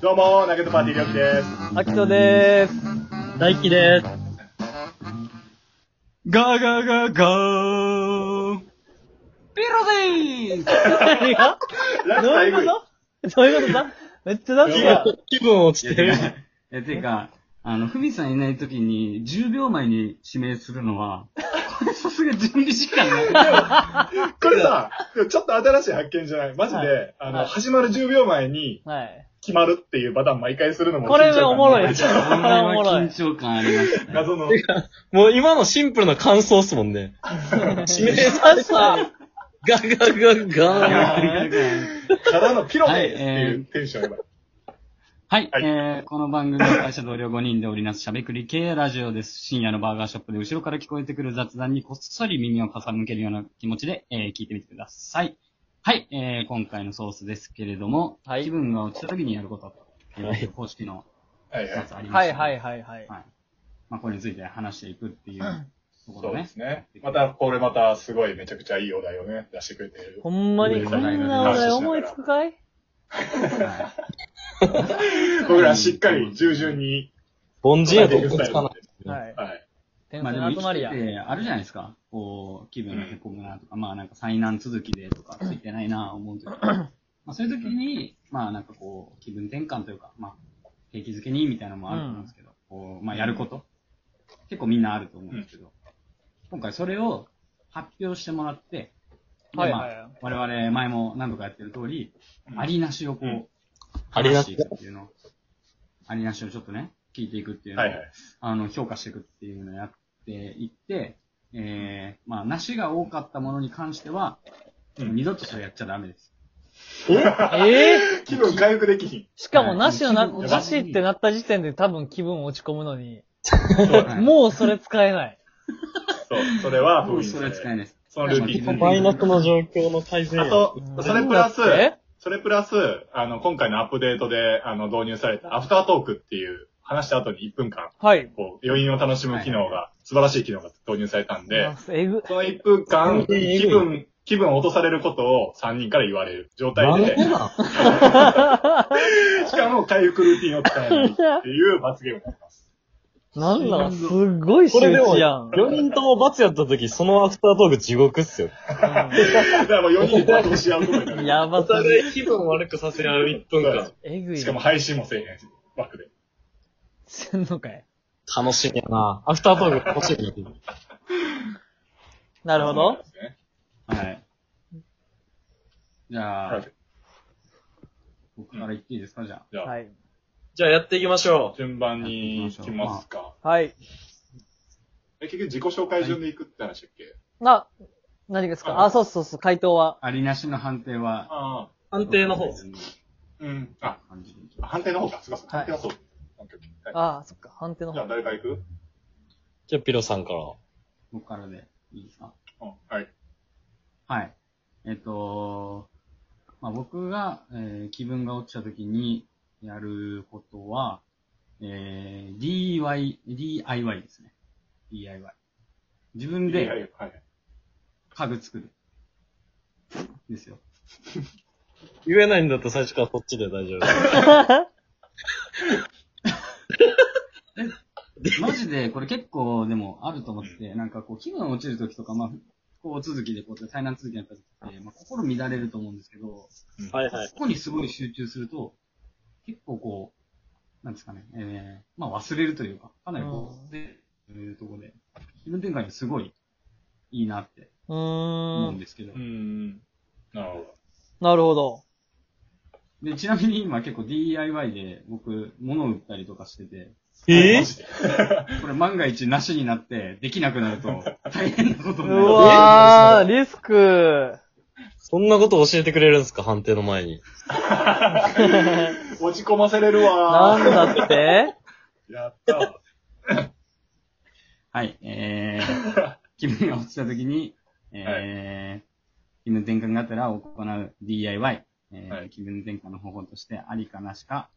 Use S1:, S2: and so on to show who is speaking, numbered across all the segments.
S1: どうも、ナゲットパーティーりょうきです。
S2: アキトでーす。
S3: 大輝です。
S2: ガーガーガーガー
S3: ピロでー
S2: 何が
S1: ラス
S2: ど
S1: ト
S2: う
S1: エ
S2: い
S1: グいう
S2: ことどういうことだめっちゃなんか、
S3: す気分落
S4: いや、て か、いや、てか、あの、ふみさんいないときに、10秒前に指名するのは、これさすが準備時 間ない。
S1: これさ、ちょっと新しい発見じゃないマジで、
S2: は
S1: あの、
S2: はい
S1: 始まる10秒前に
S2: はい。
S1: 決まるっていうパターン毎回するのも
S2: これはおもろい
S1: 緊
S2: で
S1: 張
S2: す。これ
S4: これ
S2: はおもろ
S4: は緊
S2: い。
S4: 張感ありました
S1: 感
S4: ね。
S1: が謎の、
S3: もう今のシンプルな感想っすもんね。指名され
S2: 確
S3: たら
S2: かに。
S3: ガガガガーン。
S1: ただのピロ
S4: は
S1: ですっ
S4: い
S1: ていうテンションやばい。
S4: はい、
S1: はい
S4: えー、この番組は会社同僚5人で織りなすしゃべくり系ラジオです。深夜のバーガーショップで後ろから聞こえてくる雑談にこっそり耳を傾けるような気持ちで、えー、聞いてみてください。はい、えー、今回のソースですけれども、
S2: はい
S4: 気分が落ちた時にやること、えー、方式の
S1: はいは
S4: や
S1: い。
S4: つありま
S2: は
S4: す
S2: い
S4: ね
S2: はいはいはい。
S4: はい。まあ、これについて話していくっていうとこ
S1: そう
S4: ろ
S1: で
S4: ね
S1: す。ね。また、これまたすごいめちゃくちゃいいお題をね、出してくれてる。
S2: ほんまにこんなお題思いつくかい
S4: はい
S1: 僕らしっかり従順に。
S3: 凡人やと思つかない。
S2: はい。
S1: はい。
S2: 天
S4: まあ
S2: 才
S4: で
S2: の
S4: も
S2: 集まり
S4: 生き
S2: や
S4: て。てあるじゃないですか。こう、気分がへこむなとか、まあなんか災難続きでとか、ついてないな思うとき。まあそういう時に、まあなんかこう、気分転換というか、まあ、景気づけにみたいなのもあると思うんですけど、こう、まあやること。結構みんなあると思うんですけど、今回それを発表してもらって、で
S2: はい
S4: ま
S2: はい
S4: あ我々前も何度かやってる通り、ありなしをこ
S1: うん
S4: う、話していくっていうのを。ありなしをちょっとね、聞いていくっていうのを、
S1: はいはい。
S4: あの、評価していくっていうのをやっていって、えー、まあ、なしが多かったものに関しては、
S1: うん
S4: 二度とそれやっちゃダメです。
S2: ええ
S1: 気分回復できひん。
S2: しかもなしのな、
S4: はい
S2: なしってなった時点で多分気分落ち込むのに、
S4: はい
S2: もうそれ使えない。
S1: そう。それは
S4: も
S1: 封
S4: う
S1: 印
S4: そ
S1: さ
S4: れ
S1: れ
S4: 使えないです。
S1: そのルーティン
S4: まあ
S3: マイナスの状況の改善
S1: あ
S3: や。
S1: と、それプラス、
S2: え
S1: それプラス、あの、今回のアップデートで、あの、導入されたアフタートークっていう、話した後に1分間、
S2: はい。
S1: こう、余韻を楽しむ機能が、素晴らしい機能が導入されたんで、
S2: えぐ。
S1: その1分間、
S3: ええ
S1: 気分、気分を落とされることを3人から言われる状態
S3: なんで
S1: で、
S3: なん
S1: しかも回復ルーティンを使えないっていう罰ゲームになります。
S2: なんだろう、すごい周
S3: これでも
S2: 知やん。
S3: ?4 人とも罰やった時、そのアフタートーク地獄っすよ。
S1: だからもう4人で落とし合うことになる。
S2: やばすぎる。
S3: い気分悪くさせられる1
S1: 分間。
S2: えぐい
S1: しか。も配信もせえへんし、バックで。
S2: せんのかい。
S3: 楽しみやな。アフタートーク楽しみやな。
S2: なる
S1: そ
S2: ほ
S1: うなん
S2: ど
S1: で。すね
S4: はい。じゃ
S1: は
S4: あ
S1: い、
S4: 僕から言っていいですか、じゃあ。
S1: じゃあ、
S2: はい。
S3: じゃあやっていきましょ
S1: 順番に行きますか。
S2: はい。
S1: え、結局自己紹介順で行くって話だっけ、
S2: な、何ですかあ、そうそうそう、回答は。
S4: ありなしの判定は、
S1: ああ、
S3: う。判定の方。
S1: うん。あ、
S4: 感じでいきま
S1: 判定の方か、すいません。
S2: は
S1: 判
S2: い
S1: 定はそう。オッケーオッケーはい
S2: ああ、そっか、判定の
S1: じゃあ
S2: 方。
S1: 誰から行く
S3: じゃあピロさんから。
S4: す僕からでいいですか
S1: うんはい。
S4: はい。えっと、まあ、僕が、えー気分が落ちた時にやることは、えー DIY、DIY ですね。DIY。自
S1: は
S4: 分
S1: いは
S4: で
S1: いはい。
S4: 家具作る。ですよ。
S3: 言えないんだったら最初からそっちで大 丈夫です。
S4: マジで、これ結構でもあると思ってて、なんかこう、気分落ちる時とか、まあ、こう続きで、こう、災難続きになった時って、まあ、心乱れると思うんですけど、
S3: はい
S4: こ
S3: はい。
S4: こにすごい集中すると、結構こう、なんですかね、えー、まあ忘れるというか、かなりこ
S2: うん
S4: う、で、というところで、気分転換にすごいいいなって
S2: うー
S4: 思うん
S2: ん。
S4: ですけど、
S1: ん。なるほど。
S2: なるほど。
S4: で、ちなみに今結構 DIY で僕、物を売ったりとかしてて、
S3: え
S1: マジで
S4: これ万が一なしになって、できなくなると大変なこと
S2: う
S4: になる。
S2: わー、リスク。
S3: そんなこと教えてくれるんですか判定の前に。
S1: 落ち込ませれる
S2: な
S1: わ
S2: んだって
S1: ー。やったー。
S4: はい、えー、気分が落ちた時に、えー、気分転換があったら行う DIY、えー
S1: はい
S4: 気分転換の方法としてありかなしか、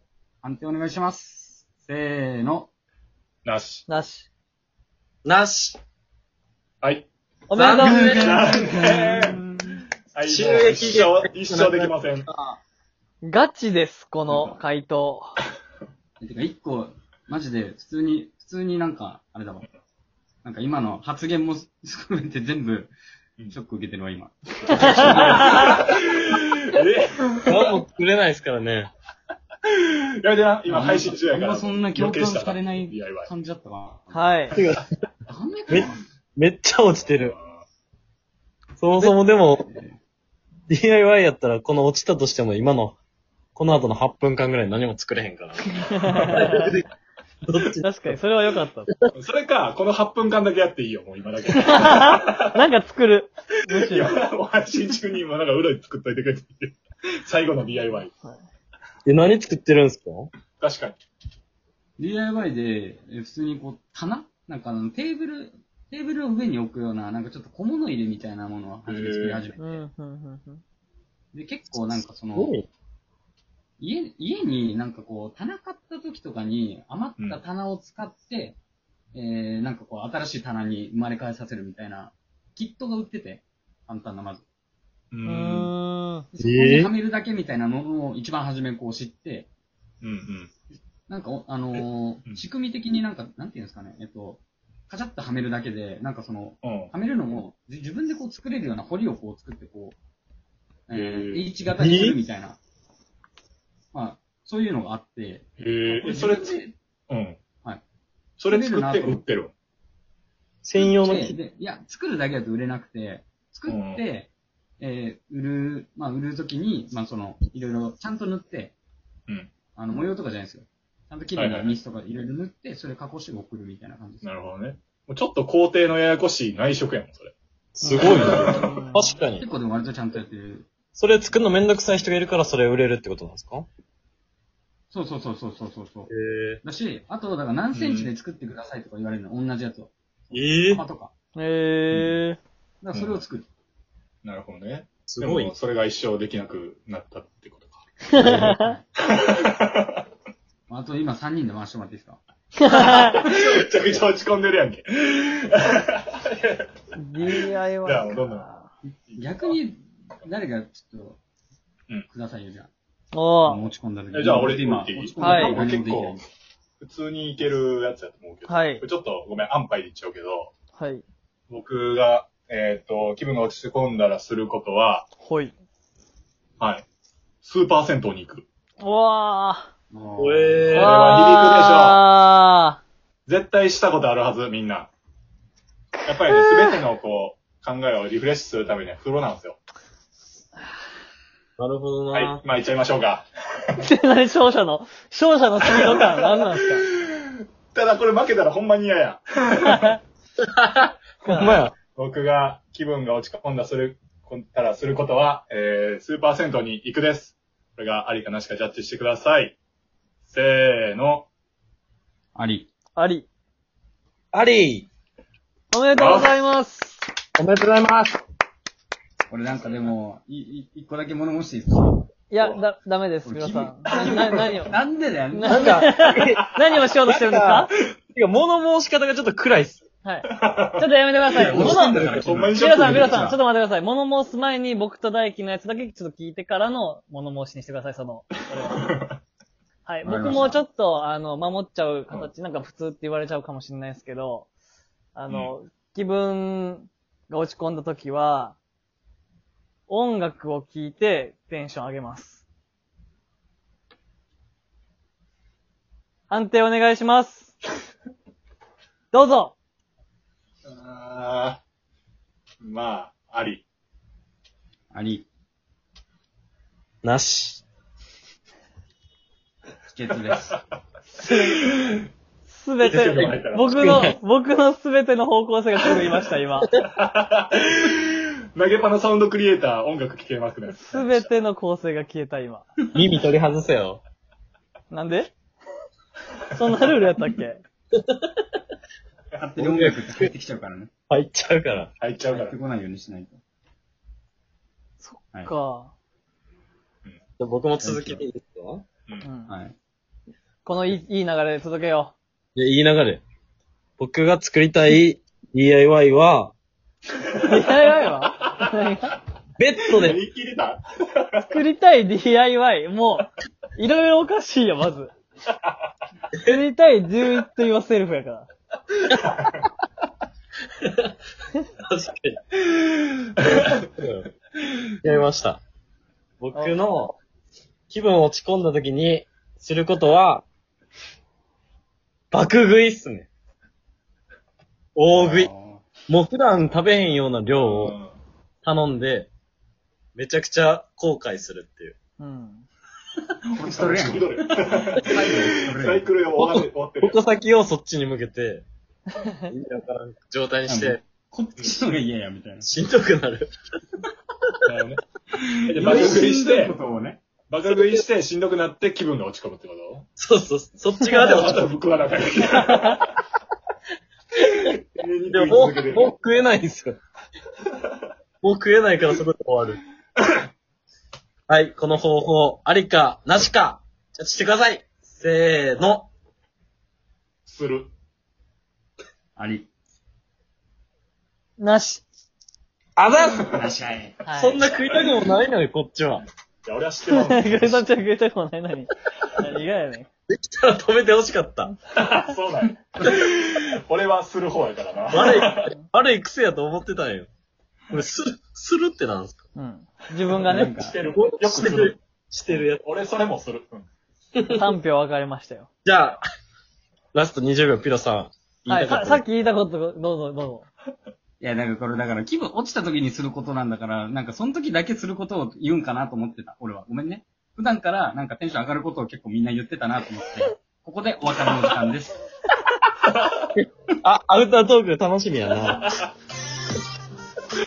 S4: 判定お願いします。せーの。
S1: なし。
S2: なし。
S3: なし
S1: はい。
S2: おめでとう
S3: 残
S2: ござい
S3: 念
S2: ます。
S1: 残念あいいね
S3: 収益
S1: 一生、一生できません。
S2: ガチです、この回答。
S4: てか、一個、マジで、普通に、普通になんか、あれだわ。なんか今の発言も含めて全部、ショック受けてるわ、今。
S1: え
S3: 何もくれないですから ね。
S1: やめてな、今配信中やか
S4: あん
S1: ら。
S4: まそんな共
S1: 余計
S4: 感
S1: した
S4: されない
S1: DIY。
S4: 感じだったわ。
S2: はい。
S4: ダメか
S3: め
S4: な
S3: めっちゃ落ちてる。そもそもでも、DIY やったら、この落ちたとしても今の、この後の8分間ぐらい何も作れへんから。 どっち
S2: 確かに、それは良かった。
S1: それか、この8分間だけやっていいよ、もう今だけ。
S2: なんか作る。むしろ。
S1: 今、もう配信中にもなんかうろい作っといてくれって言って。最後の DIY。
S3: え、何作ってるんすか
S1: 確かに。
S4: DIY で、え普通にこう、棚なんかあの、テーブル、テーブルを上に置くような、なんかちょっと小物入れみたいなものを初めて作り始めて
S2: うん、うん、うんうん。
S4: で、結構なんかその、
S3: 何
S4: 家、家になんかこう、棚買った時とかに余った棚を使って、えー、なんかこう、新しい棚に生まれ変えさせるみたいな、キットが売ってて、簡単なまず。
S1: う。
S2: うんーん。
S4: でそこにはめるだけみたいなのを一番初めこう知って、
S1: うんうん。
S4: なんかお、あの
S1: えう
S4: ー
S1: ん
S4: 仕組み的になんか、なんていうんですかね、えっと、カチャッとはめるだけで、なんかその、
S1: うん。
S4: はめるのも、じ自分でこう作れるような堀をこう作って、こう、え
S1: へ
S4: ー、
S1: ー
S4: H 型にするみたいな。まあ、そういうのがあって。
S1: へえ、え
S4: 自
S1: それ
S4: 分で、
S1: うん。
S4: はい。
S1: それ作って売ってる。
S3: 専用の
S4: ででいや、作るだけだと売れなくて、作って、えー売る、まあ、売るときに、まあ、その、いろいろ、ちゃんと塗って、
S1: うん。
S4: あの、模様とかじゃないですよ。ちゃんと綺麗なミスとかいろいろ塗って、それ加工して送るみたいな感じです。
S1: なるほどね。もうちょっと工程のややこしい内職やもん、それ。
S3: すごいな。
S2: うん
S3: 確かに
S4: 結。構でも割とちゃんとやってる。
S3: それ作るのめんどくさい人がいるからそれ売れるってことなんですか
S4: そうそうそうそうそうそうそう。
S3: へ
S4: だし、あと、だから何センチで作ってくださいとか言われるの、同じやつを。
S3: ええ
S4: 幅とか。
S2: え
S4: だからそれを作る。
S1: なるほどね。
S3: す
S1: で
S3: ごい
S1: も、。それが一生できなくなったってことか。
S4: あと今3人で回してもらっていいですか
S1: めちゃくちゃ落ち込んでるやんけ。
S2: ー、
S1: じゃあ
S2: DIY
S1: どんどん
S2: か。
S4: 逆に、誰がちょっと
S1: うん、
S4: くださいよ、じゃあ。
S2: おー。
S4: 持ち込んだ時
S1: えじゃあ俺
S4: 今、
S1: 打っていい
S4: 持ち込ん
S2: は
S4: だ
S2: い
S4: 時何もできな
S1: 結普通にいけるやつやと思うけど。
S2: はい
S1: ちょっとごめん、安牌で言っちゃうけど、
S2: はい。
S1: 僕が、えっ、と、気分が落ち込んだらすることは、
S2: ほい。
S1: はい。スーパー銭湯に行く。
S2: うわ
S4: も
S2: ー。
S4: う
S3: こ
S1: こ
S3: れ
S1: れ
S2: う
S1: は
S2: わ
S1: 絶対したことあるはず、みんな。やっぱりね、すべてのこう、考えをリフレッシュするためには風呂なんですよ。
S3: なるほどな。
S1: はい。まあ、行っちゃいましょうか。
S2: ー。って 何勝者の、勝者のスピード感、何なんす
S1: ただこれ負けたらほんまに嫌や。
S2: か
S3: ほんまや。
S1: 僕が気分が落ち込んだする、こんたらすることは、えー、スーパー銭湯に行くです。これがありかなしかジャッジしてください。せーの。
S4: あり。
S2: あり。
S3: あり
S2: おめでとうございます。
S3: おめでとうございます
S4: 俺なんかでも、い、い、一個だけ物申していいですか
S2: いや、だ、ダメです、皆さん。な、何を、
S4: なんでだよ。
S2: な
S3: なんか、
S2: 何をしようとしてるんですか
S3: てか、物申し方がちょっと暗いっす。
S2: はい。ちょっとやめてください。
S4: 押してんだ
S2: 物
S4: よ
S1: ほんまにショッ
S2: 皆
S1: ク
S2: さん、
S1: 受け
S2: 皆
S1: てき
S2: さん、
S1: た
S2: ちょっと待ってください。物申す前に僕と大輝のやつだけちょっと聞いてからの物申しにしてください、そ の。はい。
S4: わかり
S2: 僕
S4: ました
S2: もちょっと、あの、守っちゃう形、なんか普通って言われちゃうかもしれないですけど、あの、気分が落ち込んだ時は、音楽を聴いてテンション上げます。判定お願いし ます。どうぞ
S1: あーまあ、あり。
S4: あり。
S3: なし。
S4: 秘訣です。
S2: すべて、僕の、僕のすべての方向性が狂いました、今。
S1: 投げパのサウンドクリエイター、音楽聴けますね。
S2: すべての構成が消えた、今。
S3: 耳取り外せよ。
S2: なんでそんなルールやったっけ
S4: 勝手に音楽って入ってきちゃうからね。
S3: 入っちゃうから。
S1: 入っちゃうか
S4: 入っ
S1: ら
S4: て。こないようにしないと。
S2: そ
S4: はい
S2: っ。か。
S3: 僕も続けていいですか
S2: うん
S4: はい。
S2: このいいいい流れで続けよ
S3: いや、言いながら。僕が作りたい DIY は、
S2: う。いやいやいや。
S3: ベッドで、
S1: 言い切れた
S2: 作りたい DIY。もう、いろいろおかしいよ、まず。作りたい do it yourself やから。
S3: 確かに。うんやりました。僕の気分落ち込んだ時にすることは、爆食いっすね。大食い。もう普段食べへんような量を頼んで、めちゃくちゃ後悔するっていう。
S2: うん。
S4: 落ちとるやん。
S1: サイクルサイ
S4: 最
S1: クルが終わる終 わってる。
S3: 矛先をそっちに向けて、意味わからん状態にして、
S4: こっちのが嫌や、みたいな。
S3: しんどくなる。
S1: なるほどねで爆食いして
S4: こ、とをね。
S1: 爆食いしてしんどくなって気分が落ち込むってこと
S3: そうそう、そっち側で
S1: でもま
S3: 落ち込
S1: た
S3: む。
S1: 僕はなかった。永遠に
S3: で
S1: 食い
S3: もも
S1: 続
S3: う、
S1: けてる
S3: もう食えないんですよ。もう食えないからそこで 終わる。はい、この方法、ありか、なしか、ジャッジしてください。せーの。
S1: する。
S4: あり。
S2: なし。
S3: あざっ
S4: なしかい。
S2: はい。
S3: そんな食いたくもないのよ、こっちは。
S1: いや、俺は知って ます。
S2: グレタちゃんグレタくもないのに。何がやねん。
S3: できたら止めてほしかった。
S1: そうだよ。俺はする方や からな。
S3: 悪い、 悪い癖やと思ってたんよ。これ、する、するってなんですか
S2: うん。自分がね、
S1: してる。よくする。。
S3: してるやつ。
S1: 俺それもする。うん
S2: 3票分かれましたよ。
S3: じゃあ、ラスト20秒、ピロさん。
S2: はい。さ
S3: かった
S2: さっき言いたこと、どうぞどうぞ。
S4: いや、だからこれ、だから気分落ちた時にすることなんだから、なんかその時だけすることを言うんかなと思ってた、俺は。ごめんね。普段からなんかテンション上がることを結構みんな言ってたなと思って、ここでお別れの時間です。
S3: あ、アウタートーク楽しみやな。